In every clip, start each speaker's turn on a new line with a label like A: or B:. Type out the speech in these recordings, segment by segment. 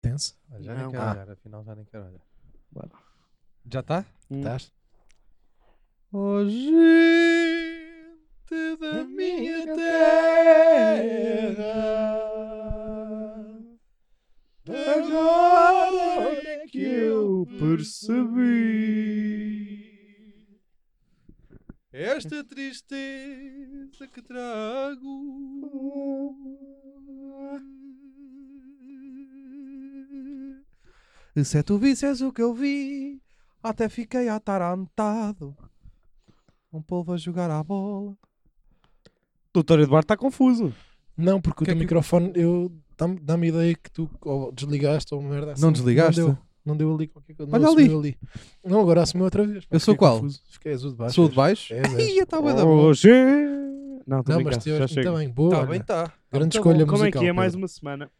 A: tenso?
B: Já nem
C: Não,
B: quero
C: pá.
B: olhar, afinal já nem quero olhar.
C: Bora.
B: Já tá? está?
C: Hum.
A: Estás?
B: Oh, gente da minha terra, agora é que eu percebi esta tristeza que trago. Se tu visses o que eu vi, até fiquei atarantado. Um povo a jogar à bola. Doutor Eduardo
C: tá
B: está confuso.
A: Não, porque o
B: Que é
A: teu
B: que-
A: microfone, eu dá-me dá-me a ideia que tu ou desligaste ou uma merda assim.
B: Não desligaste?
A: Não deu, não deu ali qualquer coisa.
B: Olha
A: não
B: ali.
A: assumiu ali. Não, agora assumiu outra vez. pá,
B: Eu sou
A: fiquei
B: qual?
A: confuso. Fiquei azul de baixo.
B: Sou de baixo? Oh,
A: És, és.
B: Ih, está bem
C: tá
B: da boa.
C: Hoje. Oh, Não, estou
A: Não,
C: brincando.
A: mas
C: Já
A: tiveste
C: chega.
A: muito bem. Boa.
B: Está
A: olha.
B: bem, está.
A: Grande
B: Tá bom.
A: escolha
C: Como é que
A: musical,
C: é? Mais um
A: Pedro.
C: uma semana.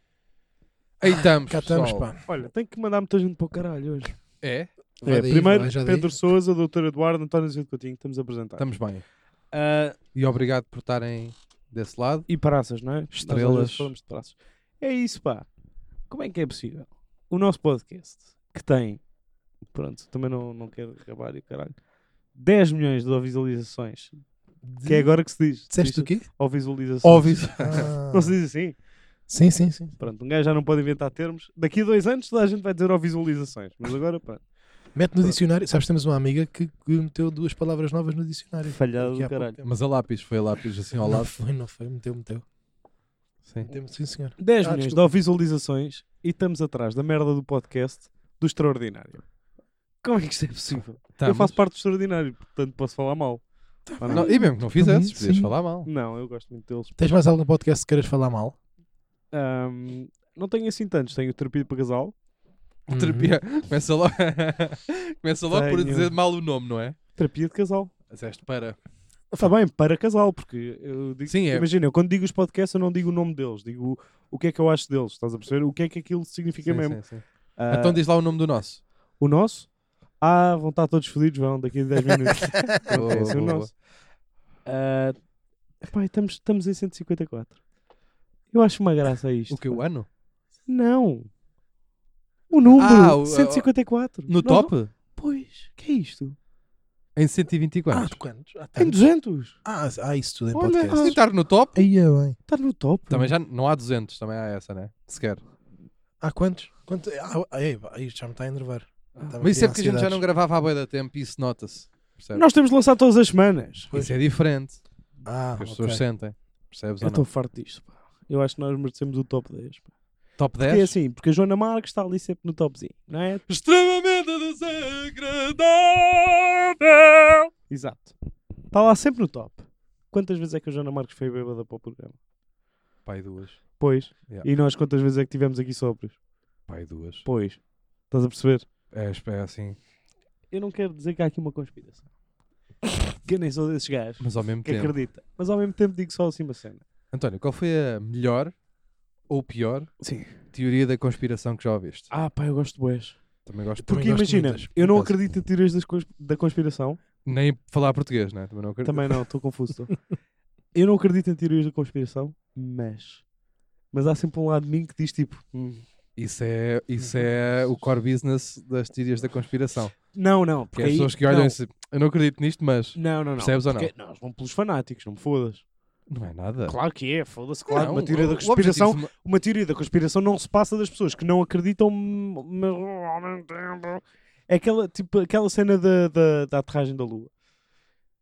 B: Aí estamos,
A: Cá estamos,
B: pessoal.
A: pá.
C: Olha, tenho que mandar muita gente para o caralho hoje.
B: É,
A: Vai
C: É,
A: daí,
C: primeiro,
A: vai, já daí.
C: Pedro Souza, Doutor Eduardo, António Zé Coutinho, que estamos a apresentar.
B: estamos bem.
C: Ah,
B: E obrigado por estarem desse lado.
C: e praças, não é? Nós às
B: Estrelas.
C: vezes falamos de praças. É isso, pá. Como é que é possível? O nosso podcast, que tem, pronto, também não, não quero acabar e o caralho, 10 milhões de visualizações. Que é agora que se diz.
A: Disseste
C: Diz-
A: o quê?
C: Ou visualizações.
B: Óbvio.
A: Ah.
C: Não se diz assim?
A: Sim, sim, sim.
C: Pronto, um gajo já não pode inventar termos. Daqui a dois anos toda a gente vai dizer ou visualizações. Mas agora, pronto.
A: Mete no dicionário. Sabes, temos uma amiga que, que meteu duas palavras novas no dicionário.
C: Falhado
A: Aqui há
C: do
A: pouco
C: caralho.
A: tempo.
B: Mas a lápis foi a lápis assim ao
A: Não
B: lado.
A: foi, não foi. Meteu, meteu.
B: Sim.
A: Meteu, sim, senhor.
C: 10
A: Ah,
C: milhões
A: desculpa.
C: de visualizações Tá, e estamos atrás da merda do podcast do Extraordinário. Como é que isto é possível? Eu
B: Estamos.
C: faço parte do Extraordinário, portanto posso falar mal. Ou não?
B: Não, e mesmo que não fizesses,
A: Sim.
B: podias falar mal.
C: Não, eu gosto muito deles.
A: Tens mais algum podcast que queiras falar mal?
C: Ahm, não tenho assim tantos. Tenho o Terapia para Casal.
A: Hum.
B: Terapia. Começa logo, Começa logo por
C: Uhum. Tenho.
B: dizer mal o nome, não é?
C: Terapia de Casal.
B: Dizeste para.
C: Está Tá bem, para casal, porque eu digo,
B: Sim, é.
C: imagina, eu quando digo os podcasts eu não digo o nome deles, digo o, o que é que eu acho deles, estás a perceber? O que é que aquilo significa mesmo.
B: sim, sim.
C: Ah,
B: Então diz lá o nome do nosso.
C: O nosso? Ah, vão estar todos fodidos, vão, daqui a 10 minutos.
B: Boa,
C: Esse é o
B: boa, boa.
C: nosso. Ah, epá, estamos, estamos em 154. Eu acho uma graça isto.
B: O que? O
C: pá.
B: ano?
C: Não. O número,
B: Ah, o-
C: 154.
B: No
C: Nós
B: top?
C: não- Pois, que é isto?
B: Em 120 e
A: Ah,
B: quantos?
A: quantos? Ah,
C: Tem
A: tantos.
C: 200.
A: Ah, ah, isso tudo em
C: Olha,
A: podcast.
B: Se estar no top,
A: Aí é bem.
C: Está no top.
B: também já não há 200, também há essa, né? Sequer.
A: Há quantos? Quanto? Ah, aí, aí já me está a enervar. Tá-me
B: Mas isso é
A: tirar
B: porque a gente já não gravava há boia da tempo e isso nota-se. percebes?
C: Nós temos de lançar todas as semanas.
B: Isso é diferente.
A: ansiedades. Ah,
B: que as
A: ok.
B: pessoas sentem. Percebes
C: Eu
B: ou não?
C: estou farto disto. Pá. Eu acho que nós merecemos o top 10. Pá.
B: Top
C: Porque é
B: 10?
C: assim, porque a Joana Marques está ali sempre no topzinho, não é?
B: Extremamente desagradável.
C: Exato. Está lá sempre no top. Quantas vezes é que a Joana Marques foi bêbada para o programa?
B: Pai duas.
C: Pois.
B: Yeah.
C: E nós quantas vezes é que tivemos aqui sóbrios?
B: Pai duas.
C: Pois. Estás a perceber?
B: É, espera, assim.
C: Eu não quero dizer que há aqui uma conspiração. que eu nem sou desses gajos
B: Mas ao mesmo
C: que
B: tempo.
C: acredita. Mas ao mesmo tempo digo só assim uma cena.
B: António, qual foi a melhor ou pior
C: Sim.
B: teoria da conspiração que já ouviste?
C: Ah pá, eu gosto de boés.
B: Também gosto
A: Também
C: Porque
A: gosto de
C: imagina,
A: muitas.
C: eu não
B: Por acaso.
C: acredito em teorias das cons- da conspiração.
B: Nem falar português, né? Também não acredito.
C: Também não, estou confuso. tô. Eu não acredito em teorias da conspiração, mas... Mas há sempre um lado de mim que diz tipo... "Hum,
B: Isso é, isso é o core business das teorias da conspiração.
C: Não, não.
B: Porque
C: Porque
B: é as
C: aí-
B: pessoas que olham
C: não,
B: e se eu não acredito nisto, mas
C: Não, não, não.
B: Percebes ou não?
C: Porque- Não, vão pelos fanáticos, não me fodas.
B: não é nada.
C: Claro que é, foda-se, claro.
B: Não,
C: uma teoria
B: o-
C: da
B: o objetivo
C: conspiração,
B: de uma-
C: uma teoria da conspiração não se passa das pessoas que não acreditam, mas ao mesmo tempo. É aquela, tipo, aquela cena da, da, da aterragem da Lua.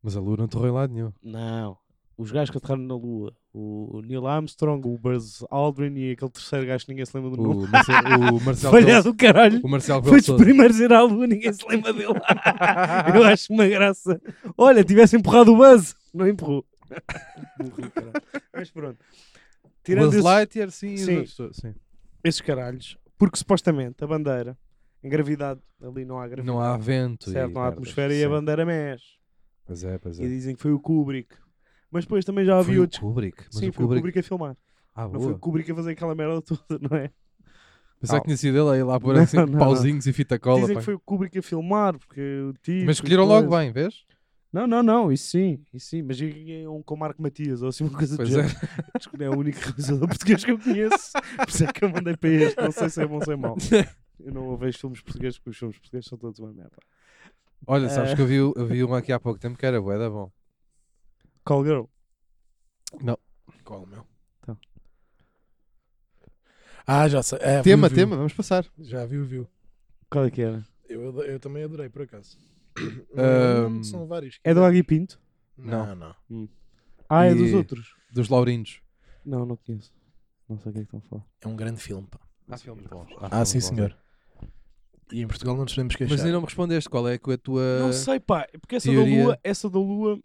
B: Mas a lua não torreu em lado nenhum.
C: Não. Os gajos que aterraram na Lua, o o Neil Armstrong, o Buzz Aldrin e aquele terceiro gajo que ninguém se lembra do nome.
B: O, Marce... o Marcelo
C: Falhado do caralho.
B: Rebelo- o Marcelo
C: Foi
B: Rebelo de
C: dos
B: Sousa.
C: primeiros a ir à Lua, ninguém se lembra dele. Eu acho uma graça. Olha, tivesse empurrado o Buzz, não empurrou. Burro, caralho. Mas pronto. Tirando
B: Buzz
C: esses,
B: Lightyear, sim. e os
C: Sim.
B: outros to- sim.
C: esses caralhos, porque supostamente a bandeira, em gravidade, ali não há gravidade.
B: Não há vento.
C: certo,
B: e
C: não há
B: merdas.
C: atmosfera e
B: Sim.
C: a bandeira mexe.
B: Pois é, pois é.
C: E dizem que foi o Kubrick. Mas depois também já
B: Foi
C: havia
B: o
C: outros.
B: Kubrick. Mas
C: Sim,
B: o
C: foi o
B: Kubrick.
C: Kubrick a filmar.
B: Ah,
C: Não foi o
B: boa.
C: Kubrick a fazer aquela merda toda, não é?
B: Pensava
C: Ah.
B: que tinha sido ele aí lá por
C: Não,
B: assim,
C: não, não.
B: pauzinhos e fita cola.
C: Dizem
B: pá.
C: que foi o Kubrick a filmar, porque o tipo.
B: Mas escolheram logo bem, vês?
C: Não, não, não, isso sim, isso sim, mas diga é um com Marco Matias ou assim uma coisa
B: Pois
C: do
B: é.
C: género. Acho que não é o único realizador português que eu conheço, por isso é que eu mandei para este, não sei se é bom ou se é mau. Eu não vejo filmes portugueses porque os filmes portugueses são todos uma merda.
B: Olha,
C: É.
B: sabes que eu vi, eu vi uma aqui há pouco tempo que era bué da bom.
C: Call Girl.
A: Qual, meu?
C: Então.
A: Ah, já sei. É,
B: tema,
A: viu, viu.
B: tema, vamos passar.
A: Já viu, viu.
C: Qual é que era?
A: Eu, ado- eu também adorei, por acaso.
B: Ahm,
A: São vários.
C: É do Agui Pinto?
A: Não, não.
C: Ah, é dos
B: E-
C: outros.
B: Dos Laurindos.
C: Não, não conheço. Não sei o que é que estão a falar.
A: É um grande filme, pá.
B: Há filmes bons.
A: Ah, sim, senhor. E em Portugal não nos podemos queixar.
B: Mas ainda não me respondeste qual é que a tua.
C: Não sei, pá, é porque essa
B: teoria-
C: da Lua, essa da Lua.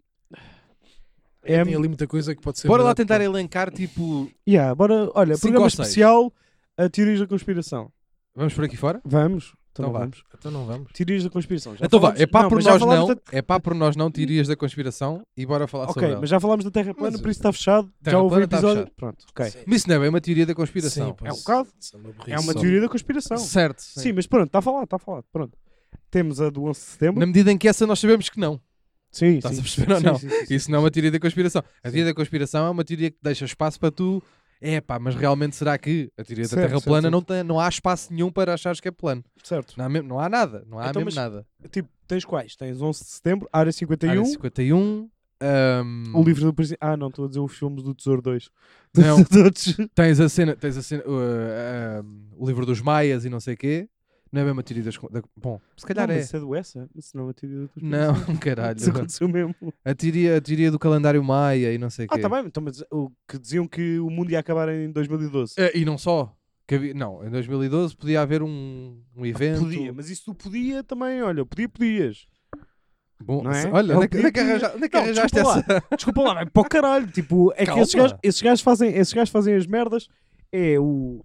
A: É, Tem ali muita coisa que pode ser.
B: Bora lá
A: verdade,
B: tentar elencar, tipo.
C: Yeah, bora, olha,
B: Cinco
C: programa
B: ou seis.
C: especial a teorias da conspiração.
B: Vamos por aqui fora?
C: Vamos?
B: Então
C: Então,
B: vá.
C: vamos.
A: pá. Então não vamos.
C: Teorias da conspiração. Já
B: então vá,
C: falámos-
B: é pá
C: não,
B: por
C: mas já
B: nós
C: falámos
B: não,
C: da-
B: é pá por nós não, teorias da conspiração e bora falar sobre
C: Ok,
B: ela.
C: mas já falámos da Terra plana,
A: Mas,
C: por isso está fechado.
B: Terra
C: já houve
B: plana tá
C: episódio.
B: fechado.
C: Pronto, ok.
A: Sim.
B: Mas isso não é bem uma teoria da conspiração.
A: Sim, pá,
C: É um
A: isso-
C: bocado.
A: isso uma
C: É
A: burrice
C: uma
A: só.
C: teoria da conspiração. Sim,
B: Certo. Sim.
C: mas é pronto, está falado, está falado. Pronto. Temos a do 11 de setembro.
B: Na medida em que essa nós sabemos que não.
C: Sim,
B: Estás
C: sim.
B: a perceber ou
C: Sim,
B: não?
C: sim, sim, sim.
B: Isso não é uma teoria da conspiração. A teoria da conspiração é uma teoria que deixa espaço para tu. É pá, mas realmente será que a teoria da
C: Certo,
B: Terra
C: certo,
B: plana
C: certo.
B: Não, tem, não há espaço nenhum para achares que é plano?
C: Certo.
B: Não há, mesmo- não há nada, não há
C: Então,
B: mesmo
C: mas-
B: nada.
C: Tipo, tens quais? Tens 11 de setembro, Área 51,
B: Área 51. ahm,
C: o livro do presidente. Ah, não, estou a dizer os filmes do Tesouro 2.
B: Não.
C: Todos.
B: Tens a cena, tens a cena, uh, um, o livro dos Maias e não sei quê. Não é bem uma teoria das. con- Da, bom, se calhar
C: não,
B: é.
C: mas isso é do essa? Isso não é uma teoria da conspiração.
B: Não, caralho.
C: Isso aconteceu mesmo.
B: A teoria, a teoria do calendário Maia e não sei
C: Ah,
B: quê.
C: tá bem. Então, mas o que diziam que o mundo ia acabar em 2012.
B: Eh, e não só. Que havia- não, em 2012 podia haver um, um evento.
C: Ah, Podia, mas isso tu podia também, olha, podia, podias.
B: Bom,
C: Não é?
B: Olha,
C: Ele
B: onde é que, onde é que
C: podia-
B: arranja- onde é que
C: Não,
B: arranjaste
C: desculpa
B: essa?
C: Desculpa lá, vai para o caralho. Tipo, é que
B: Calma.
C: esses gajos, esses gajos fazem, esses gajos fazem as merdas. É o.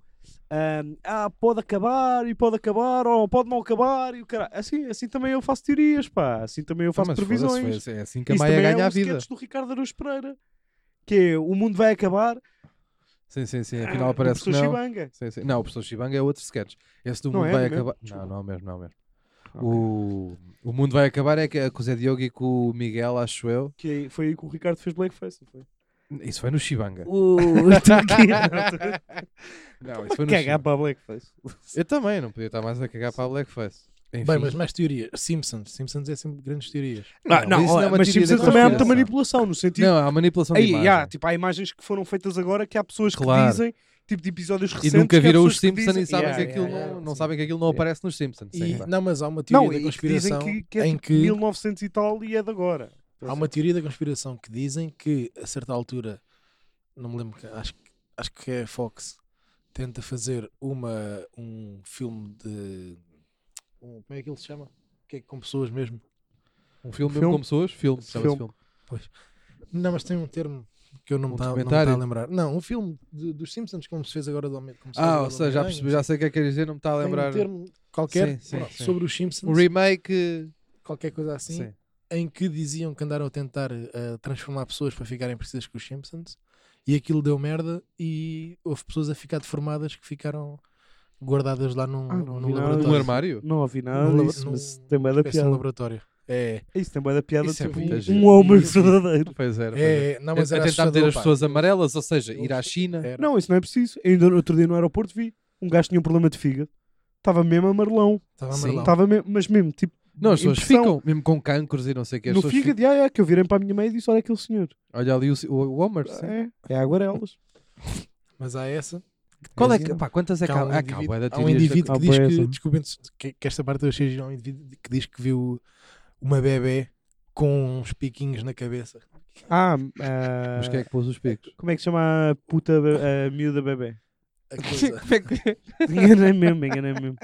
C: ahm, ah, pode acabar e pode acabar, ou pode não acabar e o caralho. Assim, assim também eu faço teorias, pá. Assim também eu faço
B: Tá, Mas foda-se,
C: previsões.
B: foi assim- É assim que a
C: Isso
B: Maia
C: também
B: ganha
C: é um
B: a vida.
C: sketch do Ricardo Araújo Pereira. Que é, o mundo vai acabar.
B: Sim, sim, sim. Afinal
C: Ah, o
B: parece que
C: professor
B: não.
C: Chibanga.
B: Sim, sim. Não, o professor Chibanga é outro sketch. Esse do
C: Não
B: mundo
C: é,
B: vai
C: não é mesmo?
B: acabar. Não,
C: Desculpa. Ah,
B: não é o mesmo, não é o mesmo. O, o mundo vai acabar é que é com o Zé Diogo e com o Miguel, acho eu.
C: Que é- foi aí que o Ricardo fez blackface. não Foi.
B: Isso foi no Chibanga.
C: Está aqui.
B: Não, isso foi Tá no
C: Cagar
B: Chibanga.
C: para blackface.
B: Eu também, não podia estar mais a cagar para a Blackface. Enfim.
A: Bem, mas mais teoria. Simpsons. Simpsons é sempre grandes teorias.
C: Não, não,
B: isso não é
C: olha,
B: uma
C: mas
B: teoria
C: Simpsons
B: da
C: também há muita
B: conspiração.
C: manipulação, no sentido.
B: Não, há manipulação de
C: Aí,
B: imagem.
C: já, tipo, há imagens que foram feitas agora que há pessoas
B: Claro.
C: que dizem, tipo de episódios
B: e
C: recentes.
B: nunca
C: que há
B: viram os
C: pessoas que
B: Simpsons
C: dizem-
B: e sabem,
C: Yeah,
B: que,
C: yeah,
B: aquilo
C: yeah,
B: não,
C: yeah,
B: não
C: sim.
B: sabem que aquilo não aparece nos Simpsons.
A: E,
B: Sim, é claro.
A: não, mas há uma
C: Não,
A: teoria da
C: e que dizem
A: conspiração
C: que, que é
A: em
C: tipo
A: que
C: 1900 e tal e é de agora.
A: há uma teoria da conspiração que dizem que a certa altura, não me lembro, que- acho, que- acho que é a Fox, tenta fazer uma, um filme de. um- como é que ele se chama? Que é com pessoas mesmo.
B: Um filme, mesmo
C: Filme.
B: com pessoas, filme, chama-se
C: Filme.
B: filme.
A: Não, mas tem um termo que eu não me
B: Um
A: estava
B: documentário?
A: a lembrar. Não, um filme de- dos Simpsons, como se fez agora do Homem. como se fez
B: Ah,
A: agora
B: ou
A: do
B: seja, já
A: Homem-Aranha,
B: percebi, já sei o que é que queres dizer, não me está a
A: tem
B: lembrar.
A: um termo qualquer
B: Sim, sim,
A: pronto,
B: sim.
A: sobre os Simpsons,
B: Um remake. eh,
A: qualquer coisa assim.
B: Sim.
A: em que diziam que andaram a tentar eh, transformar pessoas para ficarem parecidas com os Simpsons e aquilo deu merda e houve pessoas a ficar deformadas que ficaram guardadas lá num,
C: Ah, não
A: num
C: vi nada
B: Um
A: laboratório.
B: armário?
C: Não ouvi nada
A: Num-
C: disso,
A: num-
C: mas tem bué da
A: Espécie de
C: piada.
A: laboratório. É,
C: Isso tem bué da piada,
B: Isso é
C: tipo,
B: muita
C: um
B: gente.
C: homem
A: Isso.
C: verdadeiro.
B: Pois era. pois era.
A: é, não, mas
B: a
A: era
B: tentar meter as
A: assustador, pá.
B: pessoas amarelas, ou seja, ir à
A: Eu-
B: China.
A: Era.
C: Não, isso não é preciso. Ainda no outro dia no aeroporto vi, um gajo tinha um problema de fígado. Estava mesmo amarelão.
A: Estava
B: Sim.
A: amarelão.
C: Estava mesmo, mas mesmo, tipo,
B: Não, as pessoas
C: impressão.
B: ficam, mesmo com cancros e não sei o que. as
C: no
B: pessoas
C: fígado, yeah, yeah, que eu virei para a minha mãe e disse, olha aquele senhor.
B: ficam- Olha ali o, o Homer. sim.
C: É, é aguarelas.
A: Mas há essa.
B: Qual é
C: assim,
B: que,
C: não.
B: pá, quantas é que
A: que
B: há?
A: um
B: Ah, cá,
A: indivíduo,
B: bué da
A: há um
B: teorias da
A: indivíduo
C: Ah,
A: que diz
C: pois,
A: que,
C: não.
A: desculpem que, que esta parte eu achei giro, há um indivíduo que diz que viu uma bebê com uns piquinhos na cabeça.
C: Ah,
B: co-
C: ah,
B: Mas quem é que pôs os picos?
C: como é que se chama a puta, be- a miúda bebê?
A: A coisa.
C: Enganei mesmo, enganei mesmo.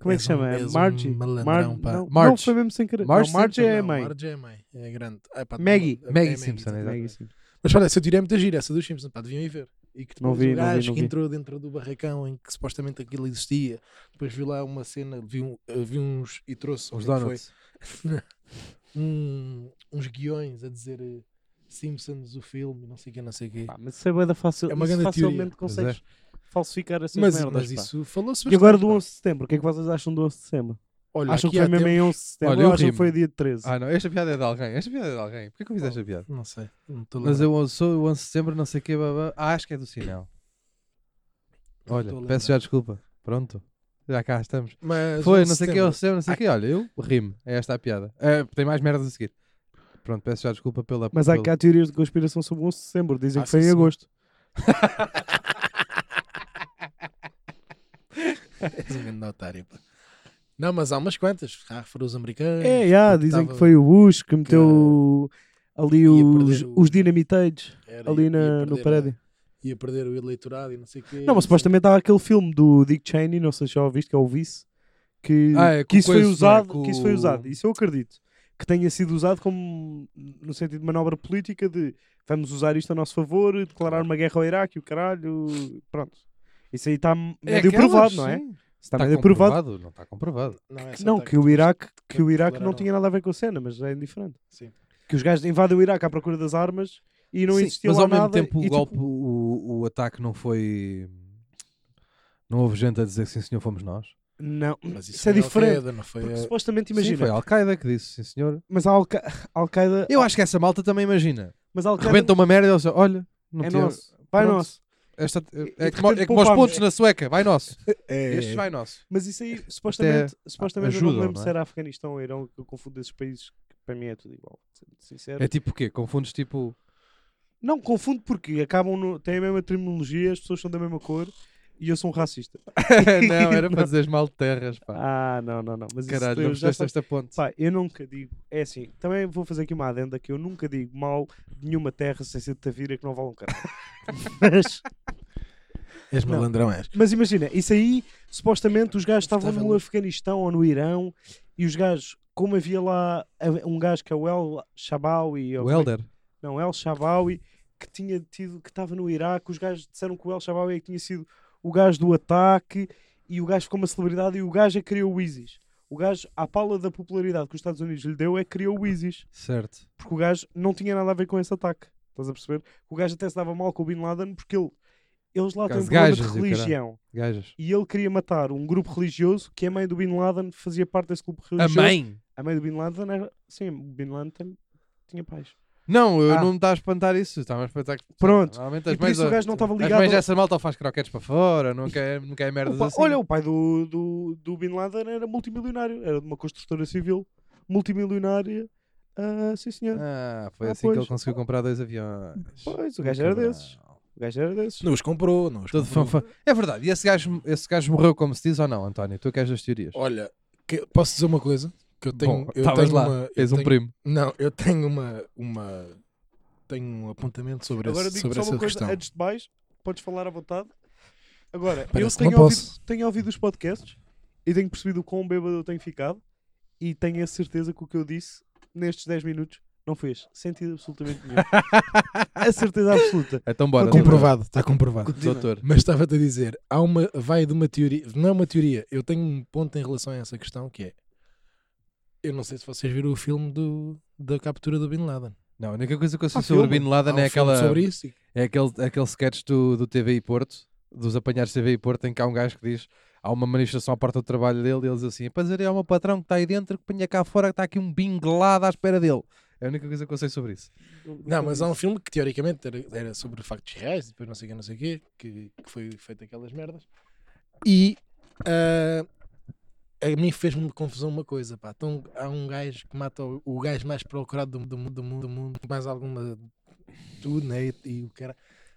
C: Como é que
A: És
C: se
A: um-
C: chama?
A: és um
C: Margie?
A: malandrão,
C: Mar-
A: pá.
C: não,
B: Marge.
C: não, foi mesmo sem querer.
B: Marge
C: Margie, não, Marge é a
A: Não,
C: mãe.
A: Marge é a mãe, é grande. Ai, pá,
C: Maggie.
A: tem uma-
B: Maggie
A: é
B: Simpson,
A: exatamente.
C: Maggie,
B: exatamente.
C: sim.
A: Mas olha, essa teoria é muito gira, essa dos Simpsons, pá, deviam ir ver. E que
C: Não
A: depois
C: vi,
A: o
C: não vi,
A: gajo
C: não
A: que
C: vi.
A: entrou dentro do barracão em que supostamente aquilo existia, depois viu lá uma cena, viu, eh, viu uns e trouxe o
B: Os
A: que é que foi?
B: donuts.
A: Um- uns guiões a dizer eh, Simpsons, o filme, não sei o quê, não sei o quê.
C: Pá, mas isso é bué da fácil.
A: É uma
C: isso
A: grande teoria,
C: facilmente
B: pois
C: consegues falsificar essas
A: mas
C: merdas.
A: mas
C: pá.
A: isso falou-se
C: E agora do
A: pá.
C: 11 de setembro, o que é que vocês acham do 11 de setembro?
A: Olha,
C: Acham
A: aqui
C: que foi
A: há
C: mesmo
A: tempo-
C: em 11 de setembro
B: Olha,
C: ou
B: eu
C: acham que
B: rimo.
C: foi dia 13?
B: Ah, não, esta piada é de alguém. Esta piada é de alguém. Porquê que eu fiz esta piada?
A: Não sei. Não estou
B: Mas eu sou o 11 de setembro, não sei o quê, babá. Ah, acho que é do sinal. Olha,
A: Estou a
B: peço já desculpa. Pronto. Já cá estamos.
A: Mas
B: Foi,
A: 11
B: não
A: de
B: sei o quê,
C: é
A: setembro.
B: 11 de setembro, não sei o quê. Olha, eu rimo. É esta a piada. Ah, tem mais merdas a seguir. Pronto, peço já desculpa pela...
C: Mas há
B: pelo-
C: cá teorias de conspiração sobre o 11 de setembro. Dizem
A: Ah,
C: que foi
A: sim,
C: em
A: senhor.
C: agosto.
A: És um grande otário, pá. Não, mas há umas quantas. Ah, foram os americanos.
C: É, já,
A: porque
C: dizem
A: tava-
C: que foi o Bush que meteu ali
A: ia
C: os,
A: perder o-
C: os dinamiteiros
A: era-
C: ali
A: ia
C: na-
A: perder
C: no
A: é? a-
C: prédio.
A: Ia perder o eleitorado e não sei o quê.
C: Não, mas supostamente há aquele filme do Dick Cheney, não sei se já ouviste, que é o Vice, que,
B: Ah, é,
C: que,
B: com
C: isso foi
B: coisa, não é?
C: usado,
B: Com
C: que isso foi
B: o-
C: usado, isso eu acredito, que tenha sido usado como no sentido de manobra política de vamos usar isto a nosso favor, declarar uma guerra ao Iraque, o caralho, pronto. Isso aí está meio
B: aquelas,
C: provado, não é?
B: sim. Tá
C: Está
B: Está
C: meio provado.
B: comprovado? Não está comprovado.
A: Não, essa
C: Não,
A: tá-
C: que o Iraque, que o Iraque não
A: declararam-
C: tinha nada a ver com a cena, mas é indiferente.
A: Sim.
C: que os gajos invadem o Iraque à procura das armas e não
B: Sim,
C: existia
B: mas
C: lá
B: ao mesmo
C: nada
B: tempo
C: e,
B: o
C: tipo,
B: golpe, o, o ataque não foi... Não houve gente a dizer que sim senhor fomos nós.
C: não
A: Mas
C: isso
A: isso
C: é
A: foi a
C: diferente.
A: Al-Qaeda, não foi
C: porque
A: a-
C: supostamente
B: Sim,
C: imagina
B: foi a Al-Qaeda que disse sim senhor.
C: mas a Alca- Al-Qaeda
B: Eu acho que essa malta também imagina.
C: mas a Al-Qaeda
B: Rebenta uma merda e eles dizem, olha... Não
C: é
B: tinha-
C: nosso vai
B: Pronto.
C: nosso
B: Esta, é,
C: e de
B: como,
C: repente
B: é como os
C: poupámos.
B: pontos na sueca, vai nosso. Este vai nosso.
C: mas isso aí supostamente supostamente eu
B: ajudam,
C: não me lembro
B: não é?
C: se era Afeganistão ou Irão que eu confundo esses países que para mim é tudo igual sendo sincero
B: É tipo o quê? Confundes tipo.
C: não confundo porque acabam no... têm a mesma terminologia as pessoas são da mesma cor e eu sou um racista
B: não, era para dizeres mal de terras, pá.
C: ah não não não mas isso
B: Caralho,
C: eu
B: não
C: já
B: fizeste esta ponte.
C: Pá, eu nunca digo. É assim, também vou fazer aqui uma adenda que eu nunca digo mal de nenhuma terra sem ser de Tavira que não vale um caralho. mas,
A: És
C: Não.
A: malandrão, és.
C: mas imagina, isso aí, supostamente os gajos estavam
A: Estava
C: no
A: ali.
C: Afeganistão ou no Irão e os gajos, como havia lá a- um gajo que é o El Shabawi, ou
B: O
C: como é que-
B: Elder.
C: não, El Shabawi, que tinha tido, que estava no Iraque, os gajos disseram que o El Shabawi é que tinha sido o gajo do ataque e o gajo ficou uma celebridade e o gajo é que criou o ISIS. O gajo, à pala da popularidade que os Estados Unidos lhe deu, é que criou o ISIS
B: Certo.
C: porque o gajo não tinha nada a ver com esse ataque. Estás a perceber? O gajo até se dava mal com o Bin Laden porque ele, eles lá têm um
B: Caso
C: problema
B: gajas e
C: de
B: o
C: religião
B: Gajas.
C: e ele queria matar um grupo religioso que a mãe do Bin Laden fazia parte desse grupo
B: A
C: religioso.
B: mãe!
C: A mãe do Bin Laden era. Sim, o Bin Laden tem- tinha paz.
B: Não, eu
C: Ah.
B: não me está a espantar isso. Tá, Está a espantar é que.
C: Pronto.
B: Normalmente
C: E
B: as
C: por
B: mães.
C: isso o gajo não estava
B: As
C: ligado.
B: mães
C: ao-
B: dessa malta ou faz croquetes para fora, não quer, não quer
C: O
B: merdas
C: pa-
B: assim.
C: Olha, o pai do, do, do Bin Laden era multimilionário, era de uma construtora civil, multimilionária. Ah, sim, senhor.
B: Ah, foi
C: Ah,
B: assim que
C: pois.
B: ele conseguiu comprar dois aviões.
C: Pois, o gajo era desses. O gajo era desses.
A: Não os comprou, não os
B: Todo
A: comprou.
B: fanfa- É verdade, e esse gajo, esse gajo morreu como se diz ou não, António? Tu queres as teorias?
A: Olha, que- posso dizer uma coisa? Que eu tenho,
B: Bom,
A: eu
C: tá
B: estavas
A: tenho
B: lá,
A: uma. eu
B: és um
A: tenho-
B: primo.
A: Não, eu tenho uma. uma tenho um apontamento sobre,
C: Agora
A: esse,
C: digo
A: sobre
C: só
A: essa
C: uma coisa
A: questão.
C: antes de mais, podes falar à vontade. Agora,
A: Parece que
C: eu
A: não
C: tenho ouvido,
A: posso.
C: tenho ouvido os podcasts e tenho percebido o quão bêbado eu tenho ficado e tenho a certeza que o que eu disse nestes 10 minutos não fez sentido absolutamente nenhum. a certeza absoluta.
B: Então bora.
A: Comprovado, está comprovado.
B: Doutor.
A: Mas estava-te a dizer, há uma, vai de uma teoria, não é uma teoria, eu tenho um ponto em relação a essa questão que é, eu não sei se vocês viram o filme do, da captura do Bin Laden.
B: Não, a única coisa que eu sei
C: Há
B: sobre o
C: filme?
B: Bin
A: Há
B: Laden
A: um
B: é
A: filme
B: aquela.
A: sobre isso e
B: É aquele, aquele sketch do, do TVI Porto, dos apanhares TVI Porto, em que há um gajo que diz: há uma manifestação à porta do trabalho dele, e ele diz assim: Pois é, há um patrão que está aí dentro, que apanha cá fora, que está aqui um binglado à espera dele. É a única coisa que eu sei sobre isso.
A: Não, mas há um filme que teoricamente era, era sobre factos reais, depois não sei o que, não sei o quê, que, que foi feito aquelas merdas. E ah, a mim fez-me confusão uma coisa, pá. Então há um gajo que mata o, o gajo mais procurado do, do mundo, do mundo, do mundo, mais alguma. tudo, né? E, e o cara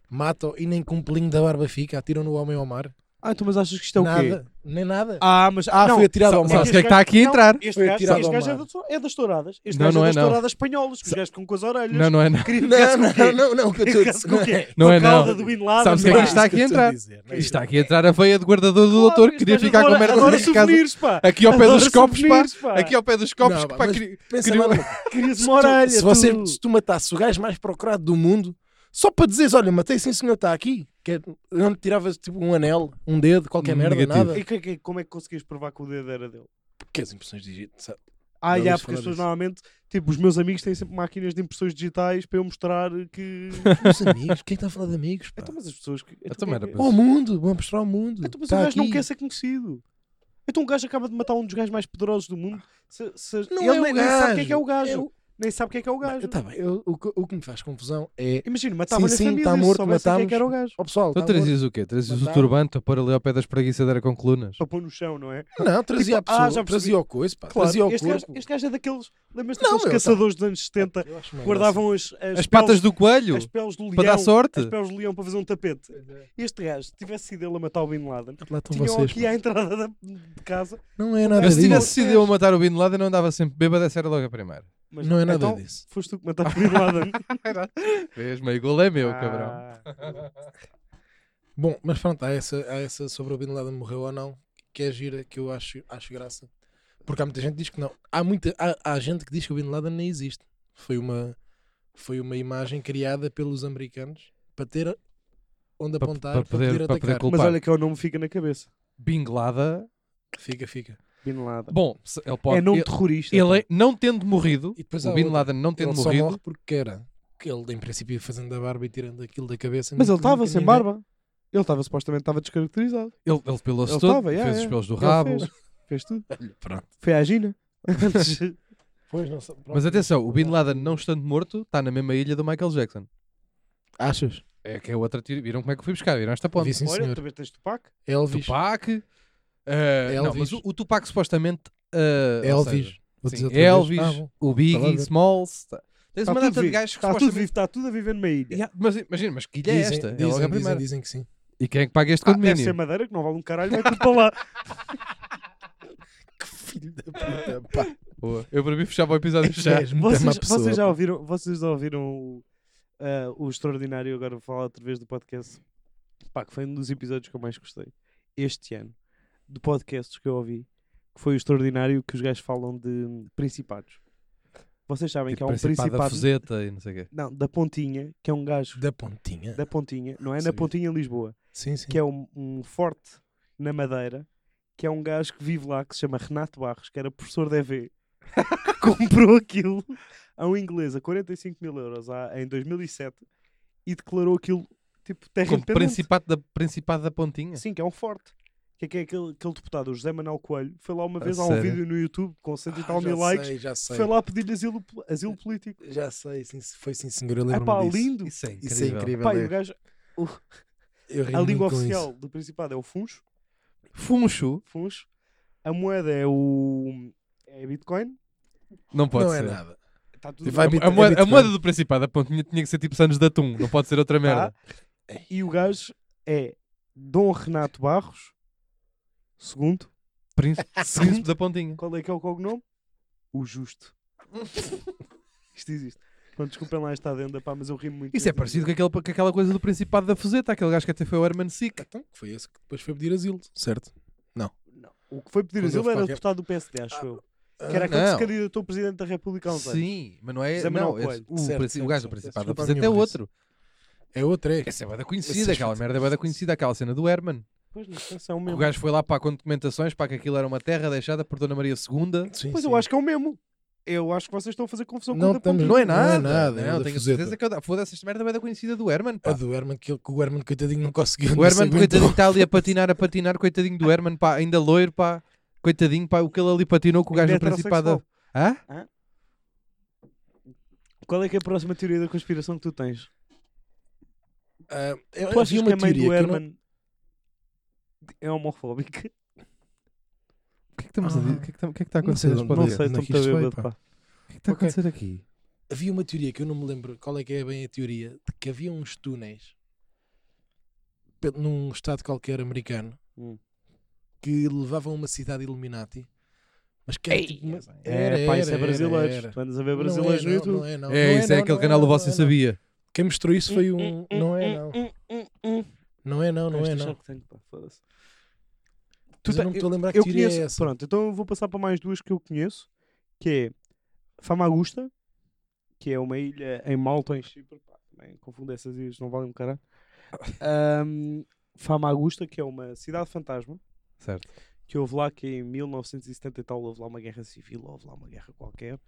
A: mata e nem com um pelinho da barba fica, atiram no homem ao mar.
C: Ah, então mas achas que isto é o quê?
A: nada, nem nada.
C: Ah, mas
A: Ah,
C: não,
A: foi atirado ao
B: Sabe-
A: mar.
B: Sabes quem é que está aqui a
C: Não,
B: entrar?
C: Este
A: Foi
C: gajo,
A: atirado
C: este
A: ao
C: gajo é,
A: mar.
C: das- é das touradas. Este
B: Não,
C: gajo
B: não é,
C: é das
B: não.
C: touradas espanholas. Os gajos ficam com as orelhas.
B: Não, não é, não.
C: Querido,
A: Ah, Não,
C: caso com o
A: não,
C: quê?
A: não, não, o que eu estou a
C: Querido,
A: dizer.
C: caso com o quê?
B: Não
C: Com
B: é,
C: a cauda
B: não.
C: do Bin Laden,
B: Sabes quem é
C: pá.
B: que está aqui a
A: Isso que eu estou
B: entrar?
A: dizer, não é?
B: Isto Está aqui a entrar a veia de guardador do doutor, que
C: é
B: queria ficar com a merda
C: Adoro
B: dentro de casa.
C: souvenirs, pá.
B: Aqui ao pé
C: Adoro
B: dos copos, pá.
C: souvenirs, pá.
B: Aqui ao pé dos copos,
A: Não,
B: que,
A: pá,
B: pá,
A: mas
B: queria-
A: Pensa
B: queria-
A: lá numa
C: Querias
A: Se
C: uma
A: tu-
C: orelha,
A: se, você,
C: tu.
A: se tu matasses o gajo mais procurado do mundo, só para dizeres, olha, matei sim senhor, está aqui. Que é- eu não tiravas tipo um anel, um dedo, qualquer
B: Hum,
A: merda,
B: negativo.
A: nada.
C: E que- que- como é que conseguias provar que o dedo era dele?
A: Porque as impressões digitais. sabe?
C: Ah,
A: Não ouvi
C: já, porque
A: falar
C: as pessoas
A: disso.
C: normalmente, tipo, os meus amigos têm sempre máquinas de impressões digitais para eu mostrar que.
A: Os amigos, quem está a falar de amigos? Pá?
C: então, mas as pessoas. Que...
B: também era
C: quem é que-
B: para-
A: Ao mundo, vamos mostrar ao mundo.
C: Então, mas
A: Tá
C: o gajo não
A: aqui.
C: quer ser conhecido. Então um gajo acaba de matar um dos gajos mais poderosos do mundo. Se- se-
A: Não
C: ele
A: é o
C: nem, nem sabe o que é
A: gajo,
C: que é o gajo.
A: é o-
C: Nem sabe o que é que é o gajo.
A: Tá bem, eu- o, que- o que me faz confusão é.
C: Imagina, matava-lhe
A: Sim,
C: a
A: sim,
C: família
A: tá
C: se
A: morto,
C: soubesse o que é
A: matamos.
C: que era o gajo.
A: Ó pessoal,
B: Então
A: tá morto.
B: trazias o quê? Trazias o
A: Mandaram.
B: turbante para pôr ali ao pé das preguiçadeira com colunas?
C: Para pôr no chão, não é?
A: Não, trazia
C: Tipo,
A: a pessoa,
C: ah, já percebi.
A: trazia o coiso, pá,
C: Claro,
A: trazia o
C: este, gajo,
A: corpo.
C: este gajo é daqueles. Lembras-te
A: Não, meu,
C: daqueles
A: tá.
C: caçadores dos anos 70
A: Eu acho uma
C: guardavam as, as,
B: As patas do coelho?
C: as peles do leão.
B: Para dar sorte?
C: As peles do leão para fazer um tapete.
A: graça. Pois é.
C: Este gajo, se tivesse sido ele a matar o Bin Laden,
A: Lá estão
C: tinham
A: vocês,
C: um aqui um à entrada da- de casa.
A: pá. Não é nada
B: Mas se
A: disso.
B: tivesse sido eu a matar o Bin Laden, não andava sempre bêbado, essa era logo a primeira.
C: Mas
A: Não é nada
C: então,
A: disso.
C: Foste tu que mataste o Bin Laden.
B: Vês, meio gol é meu, cabrão.
C: Ah.
A: Bom, mas pronto, há essa, há essa sobre o Bin Laden morreu ou não, que é gira, que eu acho, acho graça. Porque há muita gente que diz que não. Há, muita, há, há gente que diz que o Bin Laden nem existe. Foi uma, foi uma imagem criada pelos americanos para ter onde
B: Para-
A: apontar,
B: para
A: para,
B: poder- para
A: poder,
B: poder
A: atacar.
B: culpar.
C: Mas olha que é o nome que fica na cabeça.
B: Bin Laden.
A: Fica, fica.
C: Bin Laden.
B: Bom, se- ele pode.
C: é nome
B: ele,
C: terrorista.
B: ele é- não tendo morrido,
A: E depois há
B: o Bin
A: outra.
B: Laden não tendo
A: ele só
B: morrido,
A: morre porque era. Que ele, em princípio, ia fazendo a barba e tirando aquilo da cabeça.
C: Mas ele
A: Nunca-
C: estava
A: nunca
C: sem
A: ninguém-
C: barba. Ele estava supostamente estava descaracterizado.
B: ele, ele pelou-se
C: Ele
B: todo,
C: tava, yeah,
B: fez os
C: yeah.
B: pelos do
C: Ele
B: rabo.
C: Fez, fez tudo.
A: Pronto.
C: Foi à Gina.
A: Pois, não sei- pronto.
B: Mas atenção, o Bin Laden, não estando morto, está na mesma ilha do Michael Jackson.
A: Achas?
B: É que é outra tira. Viram como é que eu fui buscar? Viram esta ponte.
A: Vi sim,
C: Olha,
A: senhor.
C: também tens Tupac.
A: Elvis.
B: Tupac. eh, não,
A: Elvis.
B: mas o, o Tupac supostamente. eh, ou
A: Elvis.
B: seja,
A: Vou
B: sim,
A: dizer outra vez.
B: Elvis,
A: Ah, bom.
B: o
A: Estava a
B: Biggie,
A: ver.
B: Smalls. tá- Tens
C: Está
B: uma
C: tudo
B: data de
C: vivo.
B: gajos que
C: Está tudo vivo.
B: supostamente.
C: Está tudo a viver numa ilha.
B: Yeah, mas imagina, mas que ilha é
A: Dizem,
B: esta? é
A: dizem,
B: logo a
A: dizem,
B: primeira.
A: dizem que sim.
B: E quem é que paga este
C: Ah, deve
B: condomínio?
C: ser madeira que não vale um caralho, vai tudo para lá.
A: Que filho da puta, pá.
B: Boa. Eu para mim fechava o episódio
A: Já
B: já.
A: és muito má
C: Vocês,
A: pessoa.
C: vocês já ouviram, vocês já ouviram o, ah, o Extraordinário, agora vou falar outra vez do podcast. Pá, que foi um dos episódios que eu mais gostei este ano, de podcasts que eu ouvi, que foi o Extraordinário que os gajos falam de hum, principados. Vocês
A: Tipo
C: sabem que há um
B: tipo Principado da
C: principado,
B: Fuseta e não sei o quê.
C: não, da Pontinha, que é um gajo
A: Da pontinha.
C: da Pontinha, não é na
A: Sabia.
C: Pontinha em Lisboa,
A: Sim, sim.
C: que é um, um forte na Madeira, que é um gajo que vive lá, que se chama Renato Barros, que era professor da EV, que comprou aquilo a um inglês a 45 mil euros há- em 2007 e declarou aquilo tipo terra
B: Como
C: independente.
B: principado da, principado da Pontinha.
C: Sim, que é um forte. Que é, que é aquele, aquele deputado, o José Manuel Coelho, foi lá uma
B: A
C: vez há um
B: sério?
C: vídeo no YouTube com cento e
A: Ah,
C: tal
A: já
C: mil likes,
A: sei, já sei.
C: foi lá pedir-lhe asilo, po- asilo político.
A: Já sei, sim, foi sim, senhor. Eu
C: É
A: lembro-me
C: pá,
A: disso.
C: lindo.
B: Isso é
A: Isso é incrível.
C: Pá, e
A: é.
C: o gajo,
A: Eu ri
C: a língua
A: muito com isso.
C: oficial do Principado é o Funcho.
B: Funcho
C: funcho. A moeda é o é Bitcoin.
B: não pode
A: Não é
B: ser.
A: nada.
C: Está tudo
A: Vai
B: A-
C: bem.
A: bit-
B: a, moeda, a
A: Bitcoin.
B: moeda do Principado da Pontinha tinha que ser tipo Sanos de Atum, não pode ser outra merda.
C: tá? Ah. E o gajo é Dom Renato Barros. Segundo,
B: Príncipe,
A: Ah,
B: príncipe da Pontinha.
C: qual é que é o cognome? O Justo. Isto existe. Pronto, desculpem lá esta adenda, pá, mas eu rimo muito.
B: Isso é parecido com, aquele, com aquela coisa do Principado da Fuseta, aquele gajo que até foi o Herman Sick.
A: Então, que foi esse que depois foi pedir asilo, certo?
C: Não. O que foi pedir
A: Quando
C: asilo
A: houve
C: era o
A: qualquer-
C: deputado do PSD, acho eu.
A: Ah,
C: Que era aquele que se
B: não.
C: candidatou a presidente da República há uns
A: tá?
C: anos.
B: Sim, mas não é.
C: José Manuel
B: Não, esse-
C: Coelho.
B: o,
A: Certo,
B: princi- o
A: certo,
B: gajo do
A: certo.
B: Principado da
A: Desculpa a
B: Fuseta
A: minha
B: é
A: burrice.
B: outro.
A: É outra, é.
B: Essa é bada
A: Esse
B: conhecida,
A: é
B: aquela
A: chato.
B: merda é bada conhecida, aquela cena do Herman.
C: Pois não sei se é o
B: O
C: mesmo.
B: gajo foi lá para com documentações para que aquilo era uma terra deixada por Dona Maria II.
A: Sim,
C: Pois
A: sim.
C: eu acho que é o mesmo. Eu acho que vocês estão a fazer confusão
A: Não
C: com o da
A: estamos-
C: Pontinha.
B: Não é
A: Não
B: nada.
A: é nada, é
B: não,
A: da
B: tenho
A: Fuseta.
B: certeza que eu da- foda-se esta merda é da conhecida do Herman. pá.
A: A do Herman, que, ele- que o Herman, coitadinho, não conseguiu.
B: O
A: não se
B: Herman,
A: aguentou.
B: coitadinho, está ali a patinar, a patinar, coitadinho do Herman, pá, ainda loiro, pá, coitadinho, pá, o que ele ali patinou com o
A: é
B: gajo
C: Ainda
B: no Principado. Hã?
C: Qual é que é a próxima teoria da conspiração que tu tens?
A: Ah, eu-
C: Tu
A: eu vi
C: achas que
A: uma
C: a mãe
A: teoria
C: do
A: que eu não-
C: Herman é homofóbica?
B: O que é que estamos a dizer? O que é que tam- o que é que está a
A: Ah. Não
B: acontecer?
A: sei de
B: neste
A: onde-
C: Não
A: Não
B: podcast?
C: sei,
A: sei,
C: estou
A: onde é que
C: muito
A: isto
C: bêbado,
A: foi,
C: pá.
B: O que é que está a
A: Ok.
B: acontecer aqui?
A: Havia uma teoria que eu não me lembro qual é que é bem a teoria, de que havia uns túneis pe- num estado qualquer americano
C: Hum.
A: que levavam a uma cidade Illuminati, mas que era tipo uma-
C: É,
A: era,
C: pá, isso
A: era,
C: é
A: era,
C: brasileiros.
A: era.
C: Tu andas a ver
A: Não
C: brasileiros
A: é,
C: no
A: não,
C: YouTube.
A: não é, não. Não
B: É, isso é
A: não,
B: aquele
A: não
B: canal
A: não,
B: do Você
A: não é, não.
B: Sabia.
A: Quem mostrou isso foi
C: Hum,
A: um. Não é, não. Não é, não, não é,
C: Este
A: não.
C: Shark Tank, pá, foda-se.
A: Mas
C: tá-
A: eu não me estou a lembrar que
C: Eu
A: teoria é
C: conheço.
A: essa.
C: Pronto, então eu vou passar para mais duas que eu conheço, que é Famagusta, que é uma ilha em Malta, em Chipre, pá, também confundo essas ilhas, não valem um caralho. Ahm, Famagusta, que é uma cidade fantasma,
B: Certo.
C: que houve lá que em 1970 e tal houve lá uma guerra civil, houve lá uma guerra qualquer,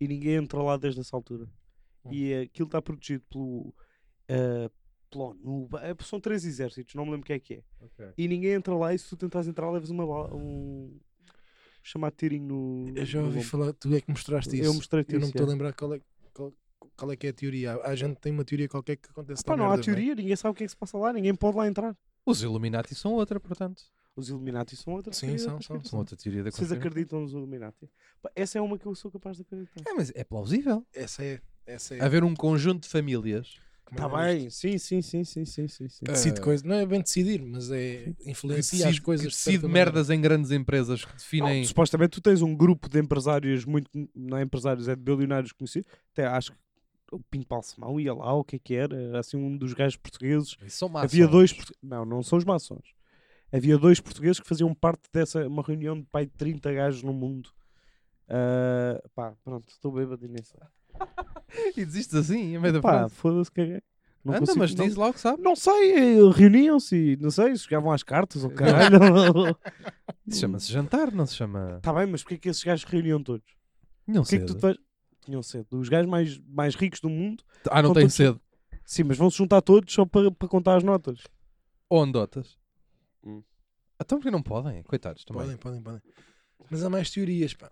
C: e ninguém entra lá desde essa altura.
A: Hum.
C: E aquilo está protegido pelo, eh, Plonuba, é, são três exércitos, não me lembro o que é que é.
B: Ok.
C: E ninguém entra lá e se tu tentares entrar levas uma bala, um chamado tirinho no.
A: Eu já
C: no
A: ouvi
C: lombo.
A: falar, tu é que mostraste isso.
C: Uhum. Eu mostrei-te
A: Eu não me
C: isso,
A: estou a
C: é.
A: lembrar qual é, qual, qual é que é a teoria. Há- A gente tem uma teoria qualquer que acontece
C: Pá,
A: tal
C: não há
A: merda, é?
C: teoria, ninguém sabe o que é que se passa lá, ninguém pode lá entrar.
B: Os Illuminati são outra, portanto.
C: Os Illuminati são outra
A: Sim,
C: teoria da
A: são, são,
B: São
C: conspiração.
B: outra teoria da
C: Vocês
B: conspiração.
C: acreditam nos Illuminati? Pá, Essa é uma que eu sou capaz de acreditar.
B: É, mas é plausível.
A: Essa é. Essa é.
B: Haver um conjunto de famílias
A: como é
C: Está
A: que é isto?
C: Tá bem, sim, sim, sim, sim, sim, sim. sim.
A: Que decide
B: Eh,
A: coisas. Não é bem decidir, mas é.
B: que
A: Influencia
B: decide,
A: as coisas.
B: que
A: de
B: decide
A: certa maneira.
B: merdas em grandes empresas que
C: Não,
B: definem.
C: supostamente tu tens um grupo de empresários muito não é empresários, é de bilionários conhecidos. Até acho que o Pinto Balsemão ia lá, o que é que era? Era assim um dos gajos portugueses
B: São
C: Havia
B: maçons.
C: dois portu- Não, não são os maçons. Havia dois portugueses que faziam parte dessa uma reunião de pai de 30 gajos no mundo. Ah, pá, pronto, estou bêbado e nem sei.
B: E desistes assim, em meio da
C: Pá,
B: frase.
C: foda-se, caguei. é? Não
B: Anda,
C: consigo-
B: mas
C: não,
B: diz lá o que sabe.
C: não sei, eh, reuniam-se, e não sei, jogavam às cartas ou caralho. Hum.
B: Isso chama-se jantar, não se chama.
C: Está bem, mas porquê é que esses gajos reuniam todos?
B: Não
C: O que é
B: sei.
C: que tu tens? Tinham cedo. Os gajos mais, mais ricos do mundo,
B: Ah, não
C: Conta
B: tenho
C: tudo.
B: sede.
C: sim, mas vão-se juntar todos só para, para contar as notas.
B: Ou andotas.
C: Hum.
B: Então porque não podem, coitados também.
A: Podem, podem, podem. Mas há mais teorias, pá.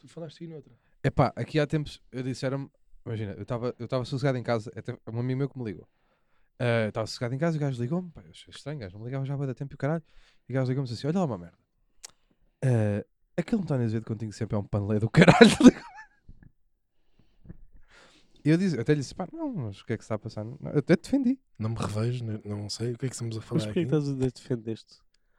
A: Tu falaste aí noutra.
B: Epá, aqui há tempos eu disseram-me, imagina, eu estava eu estava sossegado em casa, até um amigo meu que me ligou. Ah, eu estava sossegado em casa, o gajo ligou-me, pá, eu achei estranho, o gajo não me ligava já há bué da tempo e o caralho. E o gajo ligou-me e disse assim: Olha lá uma merda. Ah, aquele António Azevedo contigo sempre é um paneleiro do caralho. E eu, disse, eu até lhe disse: Pá, não, mas o que é que se está a passar? Não, eu até te defendi.
A: Não me revejo, não- não sei o que é que estamos a falar
C: Mas porquê é
A: aqui.
C: que estás a defender te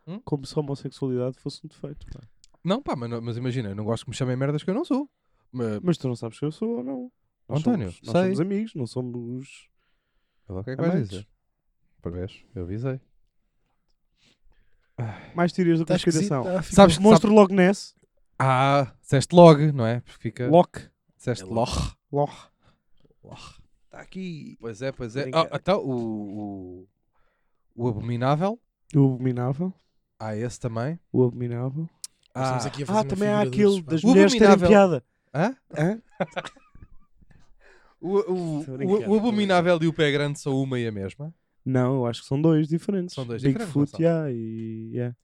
B: Hum?
C: Como se a homossexualidade fosse um defeito. pá.
B: Não, pá, mas, não- mas imagina, eu não gosto que me chamem merdas que eu não sou. Mas,
C: Mas tu não sabes que eu sou ou não? Nós
B: António,
C: somos, nós
B: sei.
C: somos amigos, não somos.
B: Olha lá o que é que vais
C: Amantes.
B: dizer. Para vês, eu avisei.
C: Mais teorias da
A: Tá esquisito,
C: conspiração.
A: tá a ficar-
B: Sabes que
C: Monstro Loch Ness.
B: Ah, disseste log, não é? Porque fica.
C: Loch.
B: Disseste
A: É
B: Loch.
C: Loch.
A: Tá aqui.
B: Pois é, pois é.
A: Nem
B: Ah,
A: quero.
B: então, o, o, o Abominável.
C: O Abominável.
B: Há esse também.
C: O Abominável.
A: Nós estamos
B: Ah,
A: aqui a fazer
C: Ah,
A: uma
C: também há
A: figura de
C: aquele
A: desses, pá.
C: das
B: O
C: mulheres terem
B: Abominável.
C: piada.
B: hã?
C: Hã?
B: O, o,
C: Estou a
B: o,
C: brincar,
B: o Abominável e o Pé Grande são uma e a mesma.
C: Não, eu acho que são dois diferentes.
B: São dois
C: Bigfoot,
B: diferentes,
C: yeah, e. Yeah.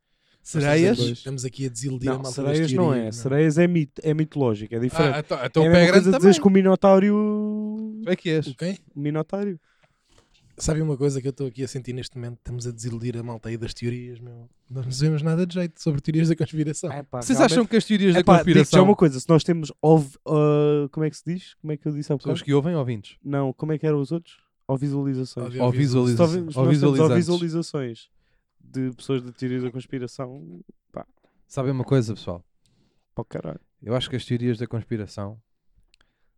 B: Sereias?
C: dois.
A: Estamos aqui a desiludir a
C: Não,
A: malta
C: sereias
A: das
C: não é.
A: teorias,
C: Sereias é, mito, é mitológico, é diferente.
B: Ah, então, então
C: é
B: o
C: a
B: Pé Grande
C: mesma coisa
B: também.
C: dizeres que o Minotáuro.
B: É que és.
A: O quê?
C: O Minotário.
A: Sabe uma coisa que eu estou aqui a sentir neste momento? Estamos a desiludir a malta aí das teorias, meu. Nós não sabemos nada de jeito sobre teorias da conspiração.
C: É, pá,
B: Vocês
C: realmente-
B: acham que as teorias
C: É
B: da
C: pá, digo-te já
B: conspiração
C: uma coisa, se nós temos. ov- ah, como é que se diz? Como é que eu disse há
B: são
C: bocado?
B: os que ouvem ouvintes?
C: Não, como é que eram os outros? Ou visualizações.
A: Audio-
B: Ou
C: Se nós
B: visualiza-
C: temos- se
B: ou
C: nós temos Ou
B: visualizantes?
C: visualizações de pessoas de teoria da conspiração.
B: Sabem uma coisa, pessoal?
C: Pá, caralho.
B: Eu acho que as teorias da conspiração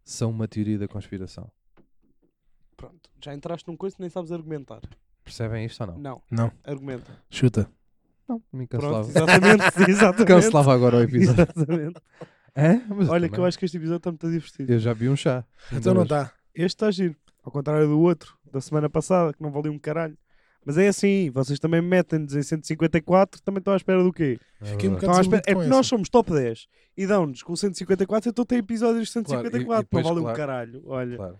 B: são uma teoria da conspiração.
C: Pronto, já entraste num coisa e nem sabes argumentar.
B: Percebem isto ou não?
C: Não.
A: Não.
C: Argumenta.
A: Chuta.
B: Não, me
C: Pronto,
B: cancelava.
C: exatamente. exatamente.
B: Cancelava agora o episódio.
C: Exatamente.
B: Hã? É? Mas
C: Olha,
B: também-
C: que eu acho tá, que este episódio está muito divertido.
B: Eu já vi um chá.
A: Então não está.
C: Este está giro. Ao contrário do outro, da semana passada, que não valia um caralho. Mas é assim, vocês também metem-nos em 154, também estão à espera do quê?
A: Fiquei um
C: Estão à
A: bocado
C: espera-
A: desiludido
C: É
A: com
C: que
A: essa.
C: nós somos top 10 e dão-nos com o 154, então tem episódios de
B: Claro, e- e
C: 154,
B: depois,
C: não vale um
B: claro.
C: caralho. Olha,
B: Claro.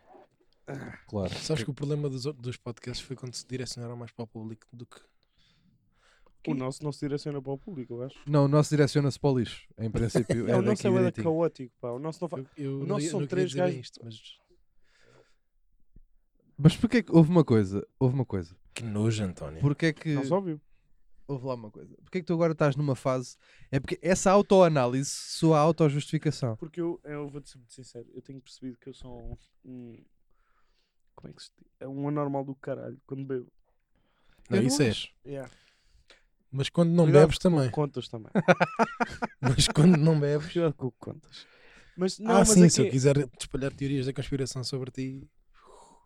B: Claro.
A: Sabes que o problema dos, outros- dos podcasts foi quando se direcionaram mais para o público do que.
C: o nosso não se direciona para o público, eu acho.
B: Não, o nosso direciona-se para o lixo. Em princípio,
C: É,
B: é
C: o nosso é
B: daqui
C: bué da
B: direitinho.
C: caótico, pá. O nosso não faz.
A: Eu, eu
C: O
A: não
C: nosso
A: ia-
C: são
A: não queria
C: três
A: dizer bem
C: gajos-
A: isto, mas.
B: Mas porquê é que... Houve uma coisa. Houve uma coisa.
A: Que nojo, António.
B: Porquê é que...
C: Não se ouviu.
B: Houve lá uma coisa. Porquê é que tu agora estás numa fase... É porque essa autoanálise soa a autojustificação.
C: Porque eu, eu vou-te ser muito sincero, eu tenho percebido que eu sou um. um- como é que se diz? É um anormal do caralho quando bebo.
A: Não,
B: Eu não
A: isso é.
B: acho.
C: Yeah.
A: Mas quando não
C: Cuidado
A: bebes também.
C: Contas também.
A: Mas quando não bebes.
C: Cuidado com o que contas. Mas não,
A: ah,
C: mas
A: sim,
C: é
A: se eu
C: que...
A: quiser espalhar teorias da conspiração sobre ti.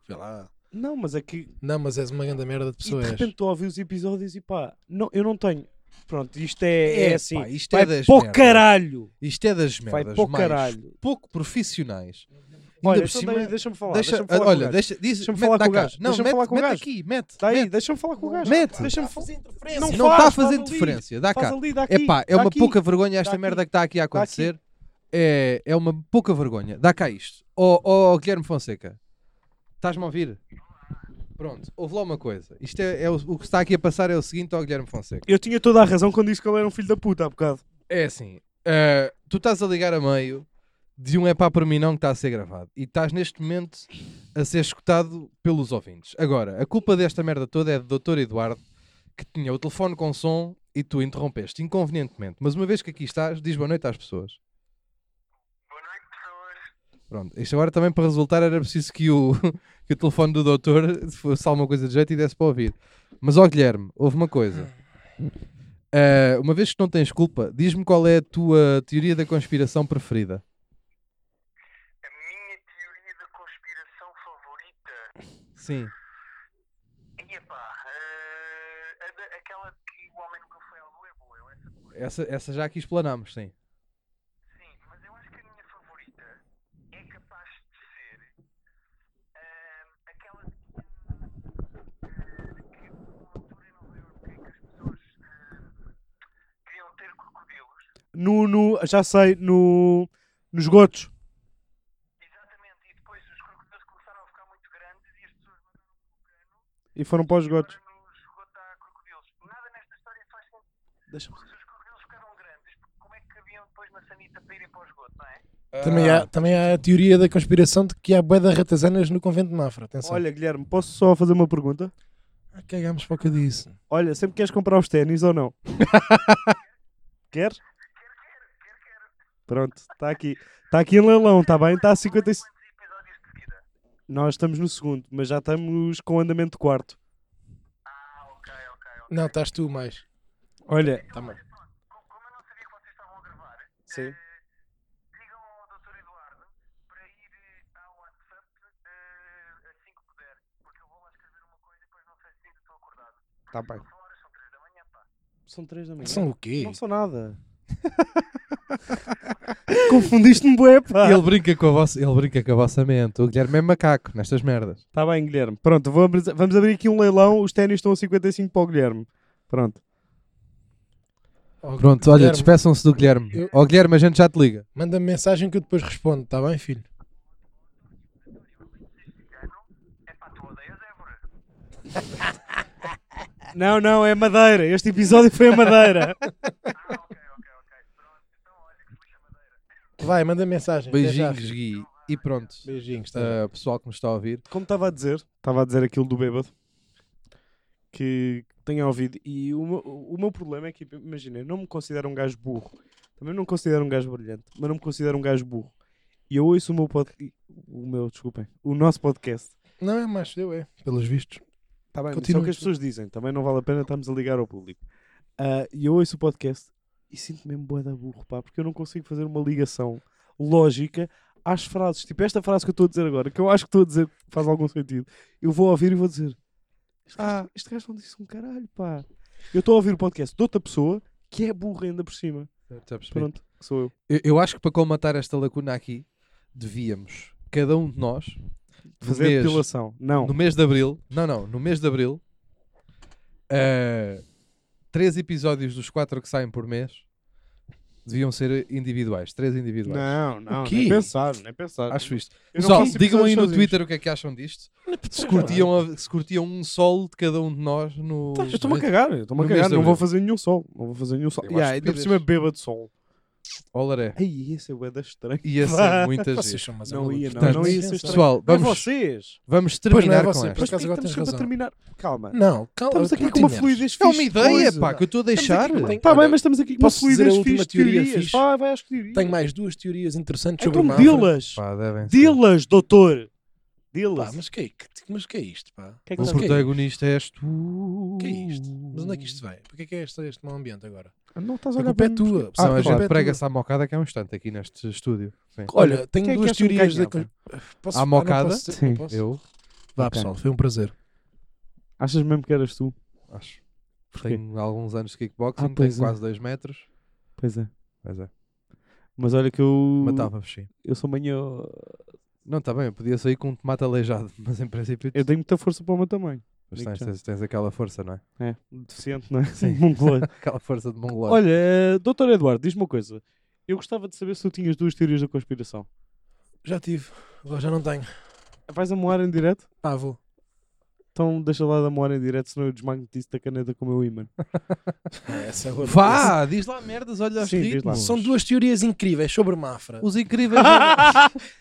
A: Vê lá.
C: Não, mas é que
A: Não, mas és uma grande merda de
C: E de
A: pessoa. és.
C: repente estou a ouvir os episódios e pá, não, eu não tenho. Pronto, isto é, é,
B: pá,
C: assim.
B: isto
C: Vai
B: é das
C: pô
B: merdas.
C: caralho!
B: Isto é das
C: Vai
B: merdas
C: pô
B: mais
C: caralho.
B: pouco profissionais.
C: Olha,
B: por
C: então
B: cima-
C: daí deixa-me falar.
B: Deixa-
C: Deixa-me falar
B: olha,
C: com o gajo.
B: deixa, diz,
C: Deixa-me
B: mete
C: falar
B: cá
C: com o
B: cá.
C: gajo.
B: Não,
C: Deixa-me
B: mete,
C: falar com o
B: mete
C: gajo.
B: aqui, mete.
C: Tá aí,
B: mete.
C: deixa-me falar com o gajo.
B: Mete.
C: Deixa-me falar.
A: interferência.
B: Não
C: faz,
B: está a
C: faz
B: fazer
C: ali.
B: diferença. Dá cá.
C: Faz ali, dá aqui.
B: Epá, é
C: dá
B: uma
C: aqui.
B: pouca vergonha esta
C: Dá
B: merda
C: aqui.
B: que está aqui a
C: aqui.
B: acontecer. É, é uma pouca vergonha. Dá cá isto. Ó oh, Guilherme Fonseca, estás-me a ouvir? Pronto, houve lá uma coisa. Isto é, é o, o que está aqui a passar é o seguinte ao Guilherme Fonseca.
C: Eu tinha toda a razão quando disse que ele era um filho da puta há bocado.
B: É assim, ah, tu estás a ligar a meio de um é pá para mim não que está a ser gravado e estás neste momento a ser escutado pelos ouvintes. Agora, a culpa desta merda toda é do Dr. Eduardo que tinha o telefone com som e tu interrompeste inconvenientemente. Mas uma vez que aqui estás, diz boa noite às pessoas. Pronto, isto agora também para resultar era preciso que o, que o telefone do doutor fosse alguma coisa de jeito e desse para ouvir. Mas ó Guilherme, houve uma coisa. Ah, uma vez que não tens culpa, diz-me qual é a tua teoria da conspiração preferida.
D: A minha teoria da conspiração favorita.
B: Sim.
D: E É, epá, eh, a da- aquela de que o homem nunca foi à lua é boa, eu essa boa.
B: Essa, essa já aqui explanámos, sim.
D: Sim, mas eu acho que a minha favorita é capaz de ser eh, aquela de eh, que uma altura em Nova Iorque em que as pessoas eh, queriam ter crocodilos.
C: No, no, já sei, no, nos gotos.
D: Exatamente, e depois os crocodilos começaram a ficar muito grandes e as pessoas mandaram para o cano
C: E foram para os gotos.
D: para nos esgotar crocodilos. Nada nesta história faz sentido.
C: Deixa-me
D: Porque se os crocodilos ficaram grandes, como é que cabiam depois na sanita para irem para o esgoto, não é?
A: Também,
B: Ah,
C: Ah.
A: há, também há a teoria da conspiração de que há bué de ratazanas no convento de Mafra. Atenção.
C: Olha, Guilherme, posso só fazer uma pergunta?
A: Ah, cagámos para o que eu disse.
C: Olha, sempre queres comprar os ténis ou não? Queres? Pronto, está aqui. Está aqui em leilão, está bem? Está a 50... e-
D: Episódios de seguida.
C: Nós estamos no segundo, mas já estamos com andamento de quarto.
D: Ah, ok, ok, ok.
A: Não, estás tu mais.
C: Olha,
A: Tá bem.
D: Como, como eu não sabia que vocês estavam a gravar,
C: sim.
D: digam ao Dr. Eduardo para ir eh, ao WhatsApp eh, assim que puder, porque eu vou lá escrever uma coisa e depois não sei se ainda estou acordado.
C: Está bem.
D: São horas, são 3 da manhã, pá.
C: São três da manhã.
A: São o quê?
C: Não são nada. Confundiste-me, bué, pá.
A: é.
B: Ele brinca, com a vossa, ele brinca com a vossa mente. O Guilherme é macaco nestas merdas.
C: Está Tá bem, Guilherme. Pronto, vamos, vamos abrir aqui um leilão. Os ténis estão a 55 para o Guilherme. Pronto.
A: Ó,
B: Pronto, olha,
A: Oh, Guilherme,
B: despeçam-se do Guilherme.
A: Eu-
B: Ó Guilherme, a gente já te liga.
A: Manda-me mensagem que eu depois respondo, está bem, filho?
D: É pá, tu odeias Évora.
C: Não, não, é Madeira. Este episódio foi a Madeira.
D: Ah, ok, ok, ok. Pronto, então olha que fui a madeira.
A: Vai, manda mensagem. até já.
B: Beijinhos, Gui. E pronto.
A: Beijinhos, tá
B: Ah, pessoal que nos está a ouvir.
C: Como estava a dizer, estava a dizer aquilo do bêbado que tenho ouvido. E o meu, o meu problema é que, imagina, eu não me considero um gajo burro. Também não me considero um gajo brilhante, mas não me considero um gajo burro. E eu ouço o meu podcast. O meu, desculpem. O nosso podcast.
A: Não é mais eu, é. Pelos vistos.
C: Tá bem, mas isso é o
A: Continua.
C: que as pessoas dizem. Também não vale a pena estarmos a ligar ao público. Ah, E eu ouço o podcast e sinto-me mesmo boa da burro, pá, porque eu não consigo fazer uma ligação lógica às frases. Tipo, esta frase que eu estou a dizer agora, que eu acho que estou a dizer que faz algum sentido, eu vou ouvir e vou dizer: Este gajo, este gajo não disse um caralho, pá. Eu estou a ouvir o podcast de outra pessoa que é burra ainda por cima. Pronto, que sou eu.
B: Eu, eu acho que para colmatar esta lacuna aqui, devíamos, cada um de nós, no
C: Fazer
B: mês-
C: depilação. Não.
B: no mês de Abril, não, não, no mês de Abril, ah, três episódios dos quatro que saem por mês deviam ser individuais, três individuais.
C: Não, não,
A: quê?
C: nem pensar, nem pensar.
B: Acho isto.
C: Eu não
B: Pessoal,
C: faço
B: digam aí no
C: episódios sozinhos.
B: Twitter o que é que acham disto. Se curtiam, a- se curtiam um solo de cada um de nós no.
C: Tá, Eu estou-me a
A: né?
C: cagar, eu estou-me a
B: No mês
C: cagar,
B: de
C: não
B: abril.
C: vou fazer nenhum sol. Não vou fazer nenhum sol.
B: Eu
C: Yeah,
B: acho
C: ainda por
B: estupidez.
C: cima beba de sol.
B: Olha,
C: Ai, esse é bué da estranho.
B: ia ser muita
A: Vocês
B: gente.
A: são mais
C: Não ia, não,
B: é. Portanto,
C: não ia ser estranho.
B: Pessoal,
C: Não é
B: vamos,
C: vocês.
B: vamos
A: não é
B: terminar com
A: você,
B: esta.
A: Por acaso
C: Mas porquê
A: agora
C: que estamos
A: tens
C: sempre a
A: razão.
C: terminar. Calma.
A: Não, calma.
C: Estamos aqui com uma fluidez fixe.
B: É uma ideia,
A: coisa.
B: pá, que eu estou a deixar.
A: aqui com- tem-
C: Está bem, mas estamos aqui com uma
A: Posso dizer
C: fluidez
A: a última
C: fixe.
A: teoria
C: Teorias.
A: fixe?
C: Vai, vai às teorias.
A: Tenho mais duas teorias interessantes sobre
C: Então
A: Mafra.
C: dilas.
B: Pá, devem ser.
C: Dilas, doutor.
A: Pá,
C: Dilas.
A: mas que, é- que, mas que é isto, pá?
C: Que é que
B: O
A: mas
C: tá-
A: que, é,
B: protagonista és
C: Ah,
B: tu.
A: que é isto? Mas onde é que isto vai? Para que é que é este, este mau ambiente agora?
C: Ah, Não estás a
A: A
C: olhar
A: culpa
C: para
A: é
C: mim.
A: tua.
B: Ah,
A: pessoal, a
B: a
A: culpa
B: gente
A: é
B: prega-se à mocada que é um instante aqui neste estúdio. Sim.
A: tua. Olha, tenho
C: Quem é que
A: duas
C: acha um
A: teorias da...
C: ganhava?
A: cons- Posso,
B: À
A: ah, não
B: mocada?
A: posso dizer, não
C: Sim.
A: posso?
B: Eu
A: Vá,
C: Ok.
A: pessoal, foi um prazer.
C: Achas mesmo que eras tu?
B: acho.
C: Porquê?
B: Tenho alguns anos de kickboxing,
C: Ah,
B: tenho
C: pois é.
B: quase 2 metros.
C: Pois é.
B: Pois é.
C: Mas olha que eu.
B: Matava-vos, sim.
C: Eu sou manhã.
B: Hum. Não, está bem, eu podia sair com um tomate aleijado, mas em princípio
C: Eu tenho muita força para o meu tamanho.
B: mas
C: digo
B: tens,
C: já.
B: tens, tens aquela força, não é?
C: É, deficiente, não é?
B: Sim.
C: Mongoloide.
B: Aquela força de mongolóide.
C: Olha, eh, doutor Eduardo, diz-me uma coisa. Eu gostava de saber se tu tinhas duas teorias da conspiração.
A: Já tive. Agora já não tenho.
C: Vais amoar em direto?
A: Ah, vou.
C: Então deixa lá da memória em direto, senão eu desmagnetizo da caneta com o meu imã.
A: Essa é outra.
B: Vá, diz lá merdas, olha os
C: Sim, diz
B: ritmos.
C: lá.
A: São duas teorias incríveis sobre Mafra.
B: Os incríveis.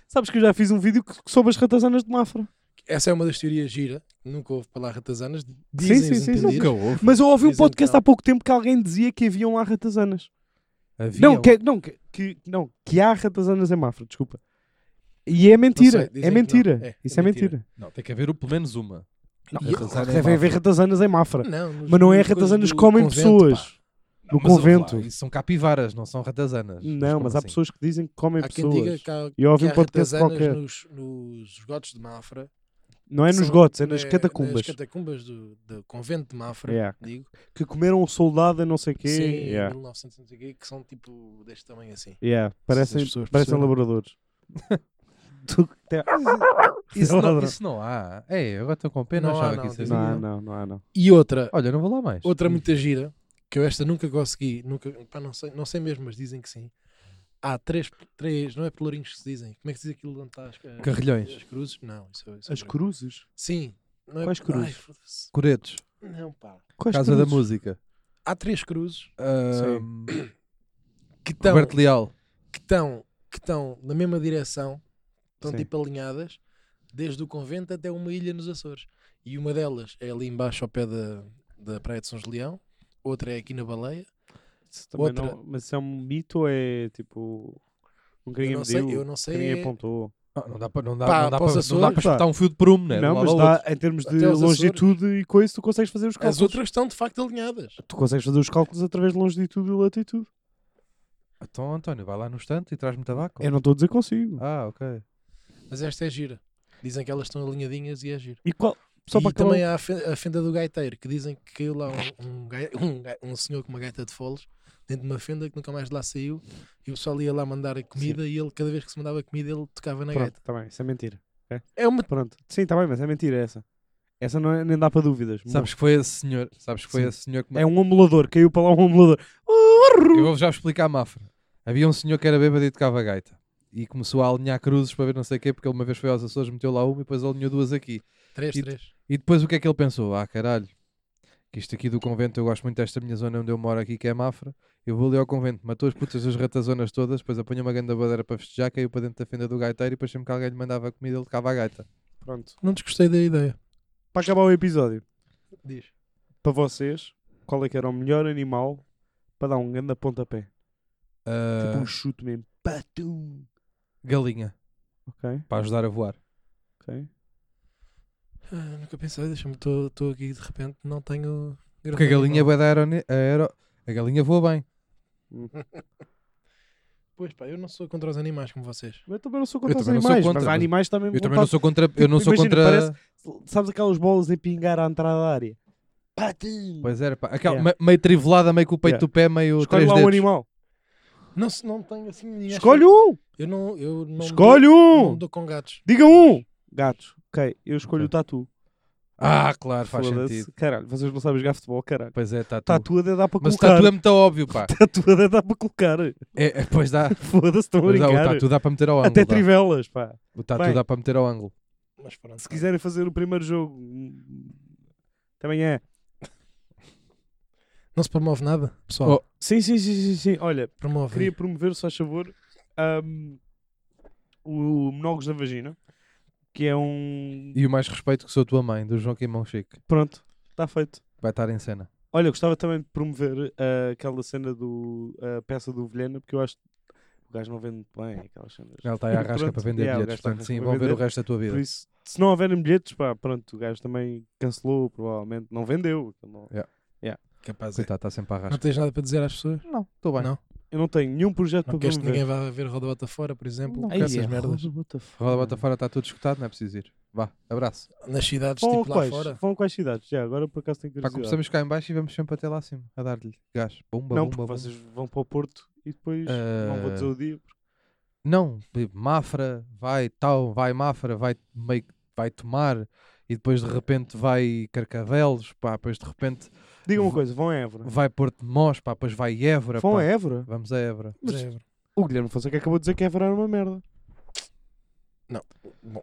C: Sabes que eu já fiz um vídeo que- sobre as ratazanas de Mafra.
A: Essa é uma das teorias gira. Nunca houve para lá ratazanas.
C: Sim,
A: Dizem
C: sim,
A: os
C: sim,
A: entendidos.
B: Nunca houve.
C: Mas eu ouvi um
A: Dizem que
C: podcast
A: há.
C: há pouco tempo que alguém dizia que haviam lá ratazanas. Não,
B: Haviam.
C: que, não, que, que- não, que há ratazanas em Mafra, desculpa. E
A: Não
C: é
A: sei,
C: mentira,
A: dizem que
C: é
A: não.
C: mentira. Isso é mentira.
B: Não, tem que haver pelo menos uma.
C: Não,
A: E-
B: Ratazana em
C: deve haver
B: Mafra.
C: ratazanas em Mafra.
A: Não, nos-
C: Mas não é
A: nas coisas
C: ratazanas
A: do
C: que comem
A: convento,
C: pessoas.
A: pá.
C: No
B: mas ouve
C: convento.
B: lá, isso são capivaras, não são ratazanas.
C: Não,
B: como
C: mas há
B: assim?
C: pessoas que dizem que comem
A: Há quem diga
C: pessoas.
A: que há,
C: E eu ouvi
A: que
C: um
A: há
C: podcast
A: ratazanas
C: qualquer.
A: nos, nos esgotos de Mafra.
C: Não é
A: que
C: nos
A: são-
C: gotos, é nas
A: Nas
C: catacumbas.
A: catacumbas do, do convento de Mafra,
C: Yeah.
A: digo.
C: Que comeram um soldado a não sei quê.
A: Sim, em
C: Yeah.
A: 1900 não sei o quê, que são tipo deste tamanho assim.
C: Yeah. Parecem,
A: as pessoas
C: parecem
A: perceberam.
C: labradores. Tu- te-
B: Isso não,
C: Ladrão.
B: isso não há. É, eu agora estou com pena,
A: Não
B: achava
A: há,
B: que
A: não,
B: isso ia
A: diz
B: ser.
A: lá.
C: Não, não, não há, não.
A: E outra,
B: Olha, não vou lá mais.
C: é
A: outra muita gira, que eu esta nunca consegui, nunca, pá, não, sei, não sei mesmo, mas dizem que sim. Há três, três não é pelourinhos que se dizem. Como é que se diz aquilo onde está as, as,
B: Carrilhões.
A: as cruzes? Não, isso, é- isso é
C: As
A: branco.
C: cruzes?
A: Sim. Não é,
C: Quais cruzes?
A: Ai, foda-se.
B: Coretos.
A: não, pá.
C: Quais
B: Casa da
C: cruzes?
B: Música.
A: Há três cruzes
B: Ahm, então,
A: que estão
B: Roberto Leal.
A: que estão que estão na mesma direção, estão
C: Sim.
A: tipo alinhadas, desde o convento até uma ilha nos Açores. E uma delas é ali embaixo ao pé da, da Praia de São Julião, outra é aqui na Baleia.
C: Isso também
A: Outra.
C: não- mas isso é um mito ou é tipo. Nunca
A: eu
C: ninguém
A: não
C: me
A: sei,
C: deu,
A: eu não
C: nunca ninguém
A: sei.
C: apontou.
B: Ah, Não dá para não dá,
A: Pá,
B: não dá
A: para os
B: para não dá para
A: Açores,
B: espetar um fio de prumo, né?
C: não,
B: lá
C: mas
B: ao
C: dá,
B: outro.
C: em termos de
A: Até aos Açores.
C: longitude e coisa, tu consegues fazer os cálculos.
A: As outras estão de facto alinhadas.
C: Tu consegues fazer os cálculos através de longitude e latitude.
B: Então, António, vai lá no estante e traz-me tabaco.
C: Eu não estou a dizer que consigo.
B: Ah,
C: um
B: ok.
A: Mas esta é gira. Dizem que elas estão alinhadinhas e é gira.
C: E qual? Só
A: e
C: para acabar-
A: também há a fe- a fenda do gaiteiro, que dizem que caiu lá um, um, gai- um gai- um senhor com uma gaita de foles dentro de uma fenda que nunca mais de lá saiu e o pessoal ia lá mandar a comida e ele, cada vez que se mandava comida, ele tocava na gaita.
C: Pronto, tá bem, isso é mentira.
A: É uma
C: Pronto, sim, está bem, mas é mentira essa. Essa não é- nem dá para dúvidas.
B: Sabes que foi esse senhor. Sabes que foi
C: Sim.
B: esse senhor que.
C: É um amulador, caiu para lá um amulador.
B: Eu vou-vos já explicar a Mafra. Havia um senhor que era bêbado e tocava gaita. E começou a alinhar cruzes para ver não sei o quê, porque ele uma vez foi aos Açores, meteu lá uma e depois alinhou duas aqui.
A: 3,
B: E-
A: 3.
B: E depois o que é que ele pensou? Ah, caralho, que isto aqui do convento, eu gosto muito desta minha zona onde eu moro aqui, que é Mafra. Eu vou ali ao convento, matou as putas das ratazonas todas, depois apanhou uma grande bandeira para festejar, caiu para dentro da fenda do gaiteiro e depois sempre que alguém lhe mandava comida, ele tocava a gaita.
C: Pronto,
A: Não desgostei da ideia.
C: para acabar o episódio,
A: Diz.
C: para vocês, qual é que era o melhor animal para dar um grande pontapé?
B: Ah,
C: Tipo um chute mesmo. Patum!
B: Galinha,
C: Ok,
B: para ajudar a voar.
C: ok.
A: Ah, nunca pensei, deixa-me, estou aqui de repente, não tenho. grande
B: Porque a galinha
C: é
B: é
A: animal.
B: vai dar aerone- aero... A galinha voa bem.
A: Pois pá, eu não sou contra os animais como vocês.
C: Eu também não sou contra
B: Eu
C: os
B: também não sou
C: animais,
B: contra,
C: mas há
B: mas-
C: animais também.
B: Eu
C: vão
B: também não
C: estar-
B: sou contra... Eu não sou
C: Um Tipo, imagina,
B: contra...
C: parece- Sabes aquelas bolas em pingar à entrada da área? Patum!
B: Pois era, pá. Aquela
C: Yeah.
B: me- meio trivelada, meio com o peito
C: Yeah.
B: do pé, meio
C: Escolhe
B: três
C: lá um
B: dedos.
C: animal.
A: Não, se- não tenho assim. ninguém
C: Escolhe
B: é.
A: acha-
C: um!
A: Eu não. Eu não
C: Escolhe
A: dou,
C: um!
A: Não dou com gatos.
C: Diga um! Gatos. Ok, eu escolho o tatu.
B: Ah, claro, faz
C: Foda-se. Tá
B: sentido.
C: Caralho, vocês não sabem jogar futebol, caralho.
B: Pois é, tatu.
C: Tatu até dá para
B: Mas o
C: colocar.
B: tatu é muito óbvio, pá.
C: Tatu até dá para colocar.
B: É, é, pois dá.
C: Foda-se, estão a
B: Pois dá, o
C: brincar.
B: tatu dá para meter ao ângulo.
C: Até
B: dá.
C: trivelas, pá.
B: O tatu
C: Bem.
B: dá para meter ao ângulo.
A: Mas pronto.
C: Se
A: pá.
C: quiserem fazer o primeiro jogo, hum, também é.
A: Não se promove nada, pessoal.
B: Oh,
C: Sim, sim, sim, sim. sim. Olha,
A: Promove.
C: queria promover, se faz favor, hum, o Monólogos da Vagina, que é um.
B: E o mais respeito que sou a tua mãe, do João Quimão Chico.
C: Pronto, está feito.
B: Vai estar em cena.
C: Olha, eu gostava também de promover ah, aquela cena do a peça do Vilhena, porque eu acho que o gajo não vende bem aquelas cenas.
B: Ela está aí à
C: Pronto,
B: rasca para vender
C: yeah, o gajo
B: bilhetes.
C: está à
B: Portanto,
C: rasca
B: sim,
C: para
B: vão ver o
C: vender.
B: resto da tua vida.
C: Por isso, se não houverem bilhetes, pá, pronto, o gajo também cancelou, provavelmente não vendeu. aquilo não-
A: Capaz é.
B: Coitado, está sempre à
A: Não
B: rasca.
A: tens nada para dizer às pessoas?
B: Não, estou bem.
A: Não.
C: Eu não tenho nenhum projeto
A: Não
C: para
A: queres que ninguém
C: promover.
A: vá ver Roda Bota Fora, por exemplo?
B: Não.
A: com
B: Ai,
A: essas
B: é
A: merdas.
B: Roda Bota Fora está tudo escutado, não é preciso ir. Vá, abraço.
A: Nas cidades,
C: Vão a
A: tipo lá
C: quais?
A: fora.
C: Vão a quais cidades? Já, agora por acaso tenho
B: Pá,
C: curiosidade.
B: começamos cá em baixo e vamos sempre até lá acima. A dar-lhe gás. Bomba,
C: não,
B: bomba,
C: porque
B: bomba.
C: vocês vão para o Porto e depois não vou
B: Ah.
C: dizer o dia. porque-
B: Não, tipo, Mafra, vai tal, vai Mafra, vai meio que- vai tomar. E depois de repente vai Carcavelos, pá, depois de repente
C: Diga uma
B: V-
C: coisa, vão a Évora.
B: vai Porto de Mós, pá, depois vai Évora,
C: Vão a
B: pá.
C: Évora?
B: Vamos a Évora.
C: Mas-
A: Zebra.
C: O Guilherme Fonseca acabou de dizer que Évora era uma merda.
A: Bom,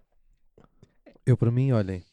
B: Eu, para mim, olhem,